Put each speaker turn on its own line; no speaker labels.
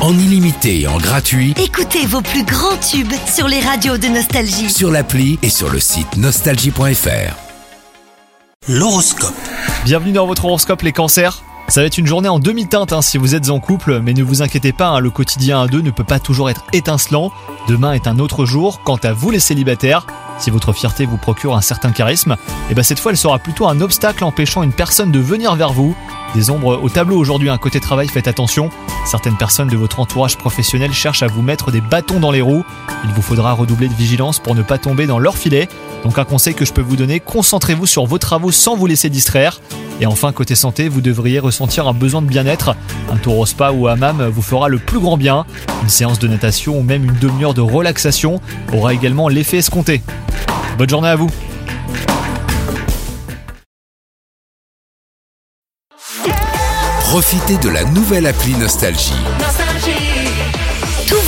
en illimité et en gratuit
Écoutez vos plus grands tubes sur les radios de Nostalgie.
sur l'appli et sur le site nostalgie.fr. L'horoscope.
Bienvenue dans votre horoscope les cancers. Ça va être une journée en demi-teinte hein, si vous êtes en couple, mais ne vous inquiétez pas, hein, le quotidien à deux ne peut pas toujours être étincelant. Demain est un autre jour. Quant à vous les célibataires, si votre fierté vous procure un certain charisme, et ben cette fois elle sera plutôt un obstacle empêchant une personne de venir vers vous. Des ombres au tableau aujourd'hui, un côté travail, faites attention. Certaines personnes de votre entourage professionnel cherchent à vous mettre des bâtons dans les roues. Il vous faudra redoubler de vigilance pour ne pas tomber dans leur filet. Donc un conseil que je peux vous donner, concentrez-vous sur vos travaux sans vous laisser distraire. Et enfin, côté santé, vous devriez ressentir un besoin de bien-être. Un tour au spa ou hammam vous fera le plus grand bien. Une séance de natation ou même une demi-heure de relaxation aura également l'effet escompté. Bonne journée à vous
Profitez de la nouvelle appli Nostalgie.
Tous